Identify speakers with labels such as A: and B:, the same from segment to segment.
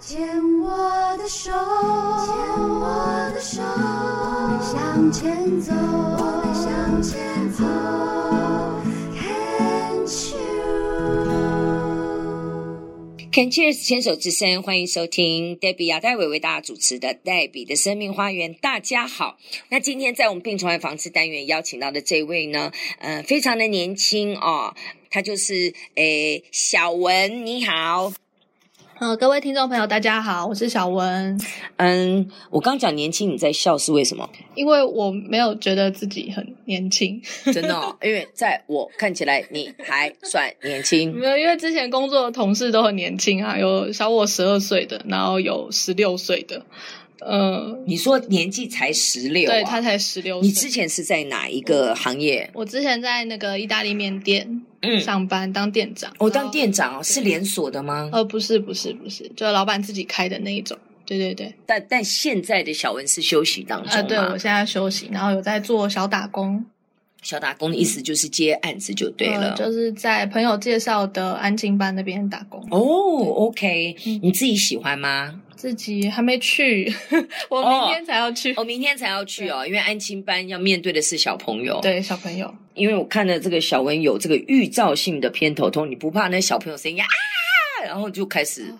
A: 牵我的手，牵我的手，我们向前走，我们向前走。Can't you？
B: Can Cheers 牵手之声，欢迎收听 Debbie 亚代伟为大家主持的《黛比的生命花园》。大家好，那今天在我们病床与防治单元邀请到的这位呢，呃，非常的年轻哦，他就是诶小文，你好，
C: 呃，各位听众朋友，大家好，我是小文。
B: 嗯，我刚讲年轻，你在笑是为什么？
C: 因为我没有觉得自己很年轻，
B: 真的、哦， 因为在我看起来你还算年轻。
C: 没有，因为之前工作的同事都很年轻啊，有小我十二岁的，然后有十六岁的，呃，
B: 你说年纪才十六、啊，
C: 对他才十六
B: 你之
C: 岁。
B: 前是在哪一个行业？
C: 我之前在那个意大利面店
B: 嗯，
C: 上班，当店长。
B: 我、
C: 然
B: 当
C: 后
B: 店长哦，是连锁的吗？
C: 呃，不是，不是，不是，就是老板自己开的那一种。对对对，
B: 但但现在的小文是休息当中
C: 啊、
B: 嘛？
C: 对我现在休息，然后有在做小打工，
B: 小打工的意思就是接案子就对
C: 呃
B: 了。
C: 嗯就是在朋友介绍的安静班那边打工。
B: 哦，OK，
C: 嗯
B: 你自己喜欢吗？
C: 自己还没去， 我
B: 哦
C: 明天才要去。
B: 我明天才要去哦，因为安亲班要面对的是小朋友。，
C: 对，小朋友，
B: 因为我看了这个小文有这个预兆性的偏头痛，你不怕那小朋友声音啊，然后就开始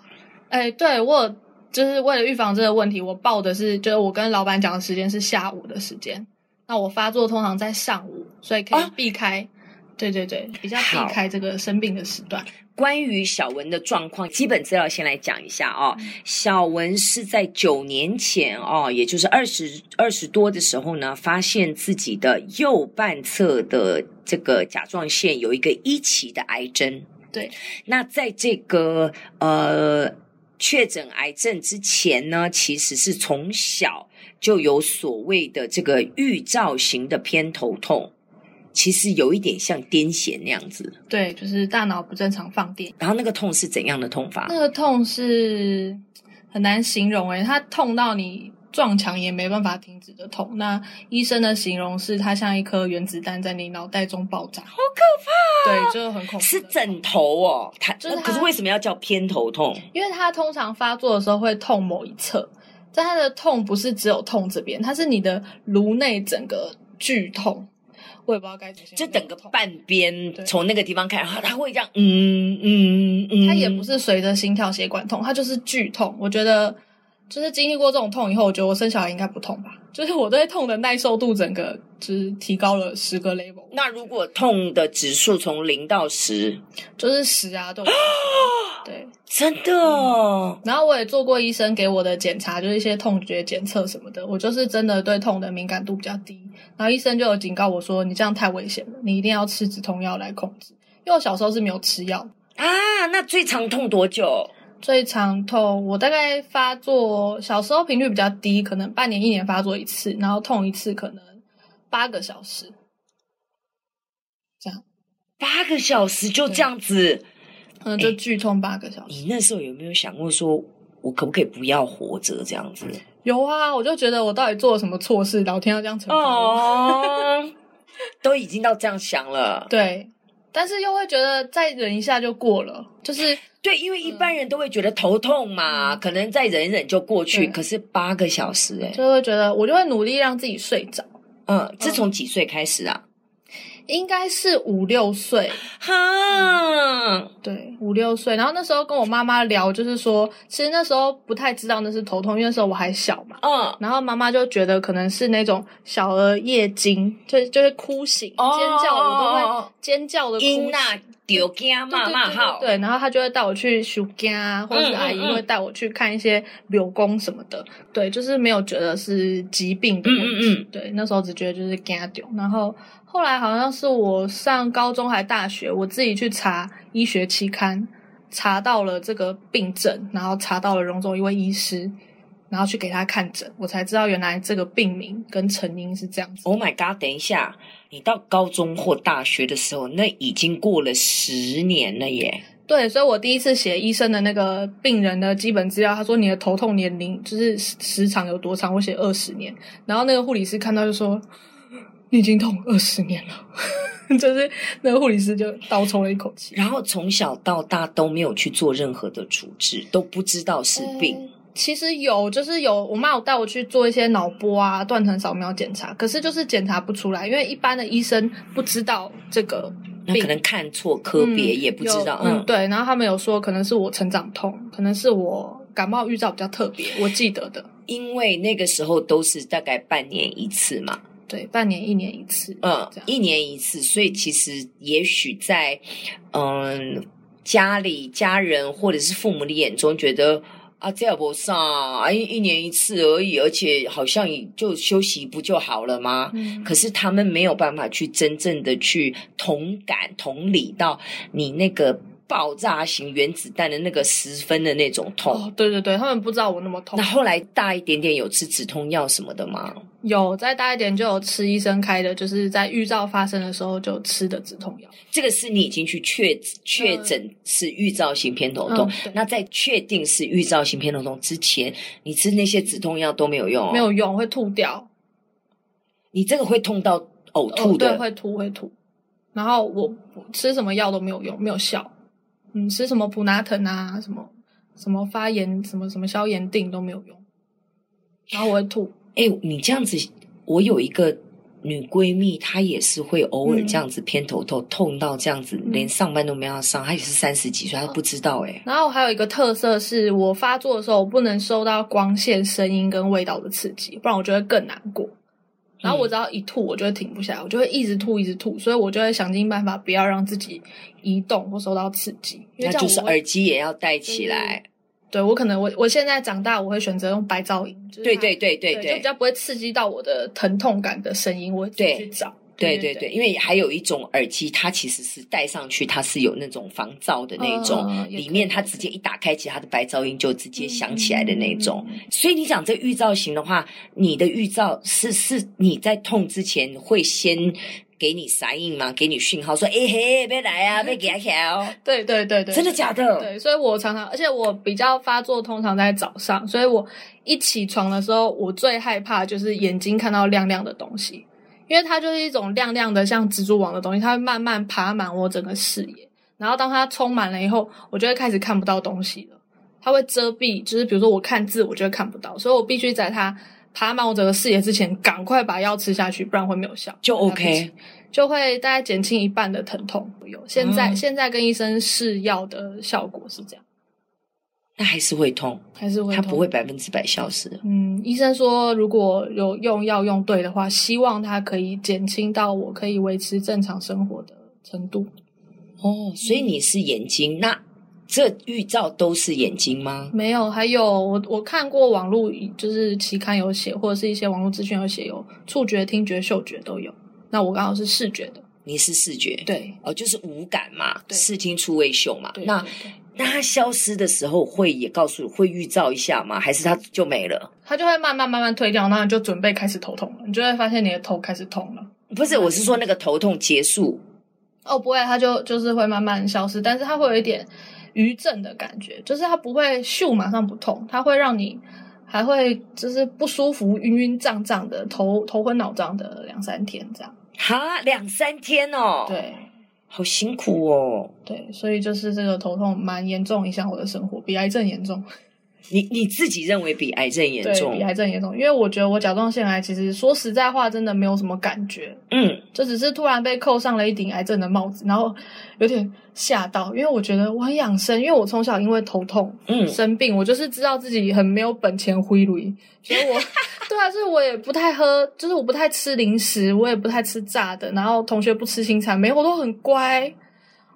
C: 哎，对我有就是为了预防这个问题，我报的是，就是我跟老板讲的时间是下午的时间，那我发作通常在上午，所以可以
B: 啊
C: 避开，对对对，比较
B: 好
C: 避开这个生病的时段。
B: 关于小文的状况，基本资料先来讲一下哦。小文是在九年前哦，也就是二十二十多的时候呢，发现自己的右半侧的这个甲状腺有一个一期的癌症。
C: 对，
B: 那在这个呃确诊癌症之前呢，其实是从小就有所谓的这个预兆型的偏头痛，其实有一点像癫痫那样子。
C: 对，就是大脑不正常放电，
B: 然后那个痛是怎样的痛法
C: 那？个痛是很难形容诶、它痛到你。撞墙也没办法停止的痛。那医生的形容是，它像一颗原子弹在你脑袋中爆炸，好可怕、对，就很恐怖。
B: 哦是枕头哦，它
C: 就是它
B: 可是为什么要叫偏头痛？
C: 因为它通常发作的时候会痛某一侧，但它的痛不是只有痛这边，它是你的颅内整个剧痛。我也不知道该怎么形
B: 就
C: 容
B: 整个
C: 那痛。
B: 半边
C: 对
B: 从那个地方看，然后它会这样，嗯嗯嗯，
C: 它也不是随着心跳血管痛，它就是剧痛。我觉得，就是经历过这种痛以后，我觉得我生小孩应该不痛吧。 就是我对痛的耐受度整个就是提高了十个 level，
B: 那如果痛的指数从零到十，
C: 就是十啊，对我来说对。
B: 真的哦，
C: 然后我也做过医生给我的检查，就是一些痛觉检测什么的。我就是真的对痛的敏感度比较低，然后医生就有警告我说：“你这样太危险了，你一定要吃止痛药来控制。”因为我小时候是没有吃药，
B: 啊，那最长痛多久？
C: 最常痛我大概发作小时候频率比较低，可能半年一年发作一次，然后痛一次可能八个小时。
B: 八个小时就这样子。
C: 可能嗯就剧痛八个小时，
B: 你那时候有没有想过说，我可不可以不要活着这样子？
C: 有啊，我就觉得我到底做了什么错事，老天要这样惩罚我。
B: 哦，都已经到这样想了。
C: 对，但是又会觉得再忍一下就过了，就是
B: 对，因为一般人都会觉得头痛嘛，
C: 嗯
B: 可能再忍一忍就过去。
C: 对
B: 可是八个小时、欸，
C: 就会觉得我就会努力让自己睡着，
B: 嗯，自从几岁开始啊？
C: 应该是五六岁，
B: 哈，
C: 对，五六岁。然后那时候跟我妈妈聊，就是说，其实那时候不太知道那是头痛，因为那时候我还小嘛。
B: 嗯，
C: 然后妈妈就觉得可能是那种小儿夜惊，就就会哭醒、
B: 哦
C: 尖叫，我都会尖叫的哭
B: 因
C: 醒。
B: 那丢家
C: 对
B: 骂
C: 对
B: 骂
C: 对
B: 号，
C: 对，然后他就会带我去暑假啊，或者是阿姨
B: 嗯嗯嗯
C: 会带我去看一些柳工什么的。对，就是没有觉得是疾病的
B: 嗯
C: 问
B: 嗯
C: 题。
B: 嗯，
C: 对，那时候只觉得就是惊丢，然后后来好像是我上高中还大学，我自己去查医学期刊，查到了这个病症，然后查到了荣总一位医师，然后去给他看诊，我才知道原来这个病名跟成因是这样子。
B: Oh my god！等一下，你到高中或大学的时候，那已经过了十年了耶。
C: 对，所以我第一次写医生的那个病人的基本资料，他说你的头痛年龄就是时时长有多长，我写二十年，然后那个护理师看到就说。你已经痛二十年了， 就是那个护理师就倒抽了一口气。
B: 然后从小到大都没有去做任何的处置，都不知道是病。
C: 呃其实有，就是有，我妈有带我去做一些脑波啊、断层扫描检查，可是就是检查不出来，因为一般的医生不知道这个
B: 那
C: 病
B: 可能看错科别、
C: 嗯
B: 也不知道，
C: 有嗯，对。然后他们有说，可能是我成长痛，可能是我感冒预兆比较特别，我记得的。
B: 因为那个时候都是大概半年一次嘛，
C: 对，半年一年一次。
B: 嗯
C: 这，样
B: 一年一次，所以其实也许在嗯家里家人或者是父母的眼中，觉得啊这也不上啊，一一年一次而已，而且好像也就休息不就好了吗？
C: 嗯，
B: 可是他们没有办法去真正的去同感同理到你那个爆炸型原子弹的那个十分的那种痛。
C: 哦，对哦对对，他们不知道我那么痛
B: 那。后来大一点点有吃止痛药什么的吗？
C: 有再大一点就有吃医生开的，就是在预兆发生的时候就吃的止痛药。
B: 这个是你已经去确确诊是预兆性偏头痛，
C: 嗯对
B: 哦那在确定是预兆性偏头痛之前，你吃那些止痛药都没有用、哦，
C: 没，有用，会吐掉，
B: 你这个会痛到呕
C: 哦
B: 吐
C: 对，
B: 的。
C: 会吐会吐。然后我我吃什么药都没有用，没有效。嗯，吃什么普拿疼啊，什么什么发炎，什么什么消炎定都没有用。然后我会吐，
B: 哎、你这样子，我有一个女闺蜜，她也是会偶尔这样子偏头痛，痛到这样子，
C: 嗯哦
B: 连上班都没有上，她也是三十几岁，她不知道哎、
C: 然后还有一个特色是我发作的时候，我不能受到光线、声音跟味道的刺激，不然我就会更难过。
B: 嗯
C: 然后我只要一吐，我就会停不下来，我就会一直吐，一直吐，所以我就会想尽办法不要让自己移动或受到刺激，因为
B: 那
C: 这样
B: 就是哎
C: 我会
B: 耳机也要戴起来。
C: 对我可能我我现在长大，我会选择用白噪音，就是
B: 对
C: 它
B: 对对对
C: 对就比较不会刺激到我的疼痛感的声音，我会自己
B: 对
C: 去找。
B: 对
C: 对
B: 对对，因为还有一种耳机，它其实是戴上去，它是有那种防噪的那一种，
C: 嗯也
B: 里面
C: 可以
B: 它直接一打开，其实它的白噪音就直接响起来的那种。
C: 嗯嗯嗯
B: 所以你讲这预兆型的话，你的预兆是是你在痛之前会先给你反应吗？给你讯号说，哎、嘿，别来 啊，别给他跳哦，
C: 对对对对，
B: 真的假的？
C: 对，所以我常常，而且我比较发作通常在早上，所以我一起床的时候，我最害怕就是眼睛看到亮亮的东西，因为它就是一种亮亮的像蜘蛛网的东西，它会慢慢爬满我整个视野，然后当它充满了以后，我就会开始看不到东西了，它会遮蔽，就是比如说我看字，我就会看不到，所以我必须在它。爬满我整个视野之前，赶快把药吃下去，不然会没有效。
B: 就
C: 来不
B: OK
C: 及就会大概减轻一半的疼痛左右。现在、
B: 嗯
C: 现在跟医生试药的效果是这样，
B: 那还是会痛，
C: 还是会
B: 它
C: 痛
B: 不会。百分之百消失。
C: 嗯，医生说如果有用药用对的话，希望它可以减轻到我可以维持正常生活的程度。
B: 哦，所
C: 嗯
B: 以你是眼睛，那这预兆都是眼睛吗？
C: 没有，还有我我看过网络就是期刊有写，或者是一些网络资讯有写，有触觉、听觉、嗅觉都有。那我刚好是视觉的，
B: 你是视觉，
C: 对
B: 哦，就是五感嘛，
C: 对
B: 视听触味嗅嘛。
C: 对。
B: 那
C: 对对
B: 那它消失的时候会也告诉会预兆一下吗？还是它就没了？
C: 它就会慢慢慢慢退掉，那你就准备开始头痛了，你就会发现你的头开始痛了。
B: 不是，我是说那个头痛结束，
C: 哦，不会，它就就是会慢慢消失，但是它会有一点余震的感觉，就是它不会咻马上不痛，它会让你还会就是不舒服、晕晕胀胀的、头头昏脑胀的两三天这样。
B: 哈，两三天哦，，
C: 对
B: 好辛苦哦。
C: 对，所以就是这个头痛蛮严重影响我的生活，比癌症严重，
B: 你你自己认为比癌症严
C: 对，
B: 重
C: 比？癌症严重，因为我觉得我甲状腺癌其实说实在话真的没有什么感觉，
B: 嗯，
C: 就只是突然被扣上了一顶癌症的帽子，然后有点吓到，因为我觉得我很养生，因为我从小因为头痛
B: 嗯
C: 生病，我就是知道自己很没有本钱挥泪，所以我 对啊，所以我也不太喝，就是我不太吃零食，我也不太吃炸的，然后同学不吃新产没我都很乖。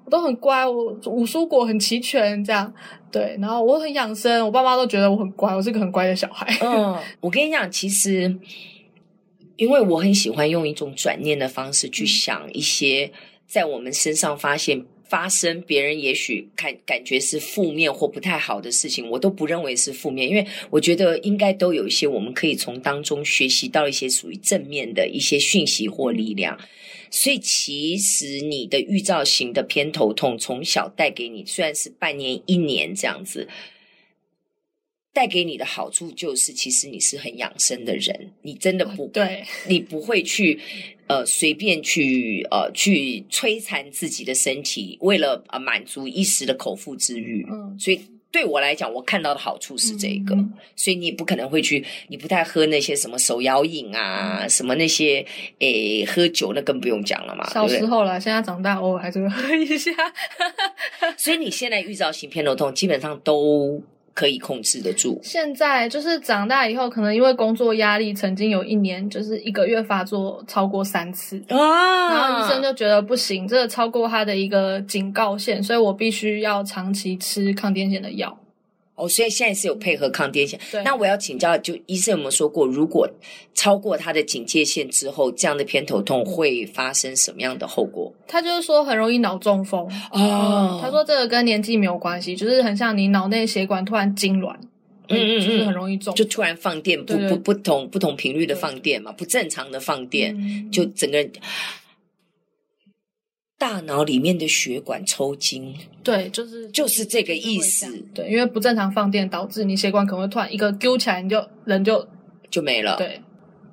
C: 我都很乖，我五蔬果很齐全，这样对。然后我很养生，我爸妈都觉得我很乖，我是个很乖的小孩。
B: 嗯，我跟你讲，其实因为我很喜欢用一种转念的方式去想一
C: 嗯
B: 些在我们身上发现发生别人也许看感觉是负面或不太好的事情，我都不认为是负面，因为我觉得应该都有一些我们可以从当中学习到一些属于正面的一些讯息或力量。所以，其实你的预兆型的偏头痛从小带给你，虽然是半年、一年这样子，带给你的好 处就是，其实你是很养生的人，你真的不
C: 对
B: 你不会去呃随便去呃去摧残自己的身体，为了呃满足一时的口腹之欲。
C: 嗯，
B: 所以对我来讲，我看到的好处是这一个，
C: 嗯
B: 所以你不可能会去，你不太喝那些什么手摇饮
C: 嗯
B: 啊，什么那些诶喝酒，那更不用讲了嘛，对
C: 小
B: 不
C: 时
B: 对？
C: 候啦，现在长大偶哦尔还是会喝一下。
B: 所以你现在遇到型偏头痛，基本上都可以控制得住。
C: 现在就是长大以后，可能因为工作压力，曾经有一年就是一个月发作超过三次，
B: 啊
C: 然哦后医生就觉得不行，这个超过他的一个警告线，所以我必须要长期吃抗癫痫的药。
B: 哦，所以现在是有配合抗癫痫。
C: 对，
B: 那我要请教，就医生有没有说过，如果超过他的警戒线之后，这样的偏头痛会发生什么样的后果？
C: 他就是说很容易脑中风。
B: 哦
C: 嗯他说这个跟年纪没有关系，就是很像你脑内血管突然痉挛，
B: 嗯嗯
C: 就是
B: 嗯
C: 很容易中，
B: 就突然放电，不
C: 对
B: 不
C: 对
B: 不同不同频率的
C: 对
B: 放电嘛，不正常的放电，
C: 嗯
B: 就整个人大脑里面的血管抽筋，
C: 对，就是
B: 就是这个意
C: 就会这
B: 思
C: 样，对，因为不正常放电导致你血管可能会突然一个揪起来，你就人就
B: 就没了。
C: 对，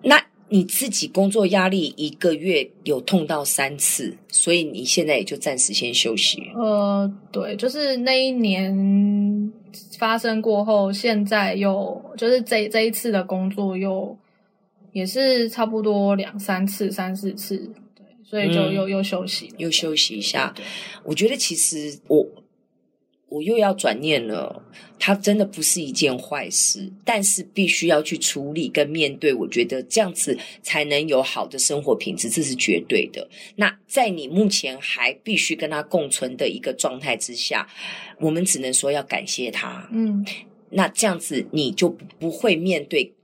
B: 那你自己工作压力一个月有痛到三次，所以你现在也就暂时先休息。
C: 呃，对，就是那一年发生过后，现在又就是这这一次的工作又也是差不多两三次、三四次，对，所以就
B: 嗯
C: 又、又休息了，
B: 又休息一下
C: 对。
B: 我觉得其实我我又要转念了，它真的不是一件坏事，但是必须要去处理跟面对。我觉得这样子才能有好的生活品质，这是绝对的。那在你目前还必须跟它共存的一个状态之下，我们只能说要感谢它。
C: 嗯，
B: 那这样子你就不会面对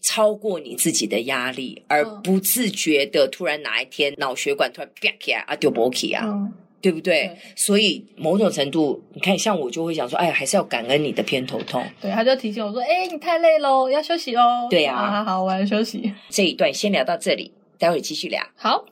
B: 超过你自己的压力，而
C: 嗯
B: 不自觉的突然哪一天脑血管突然啪起来啊，就勃起啊，
C: 嗯，
B: 对不对？
C: 对
B: 所以某种程度，你看像我就会想说，哎，还是要感恩你的偏头痛
C: 对，他就提醒我说：“哎、你太累喽，要休息哦。”
B: 对啊
C: 好好好，我要休息。
B: 这一段先聊到这里，待会儿继续聊。
C: 好，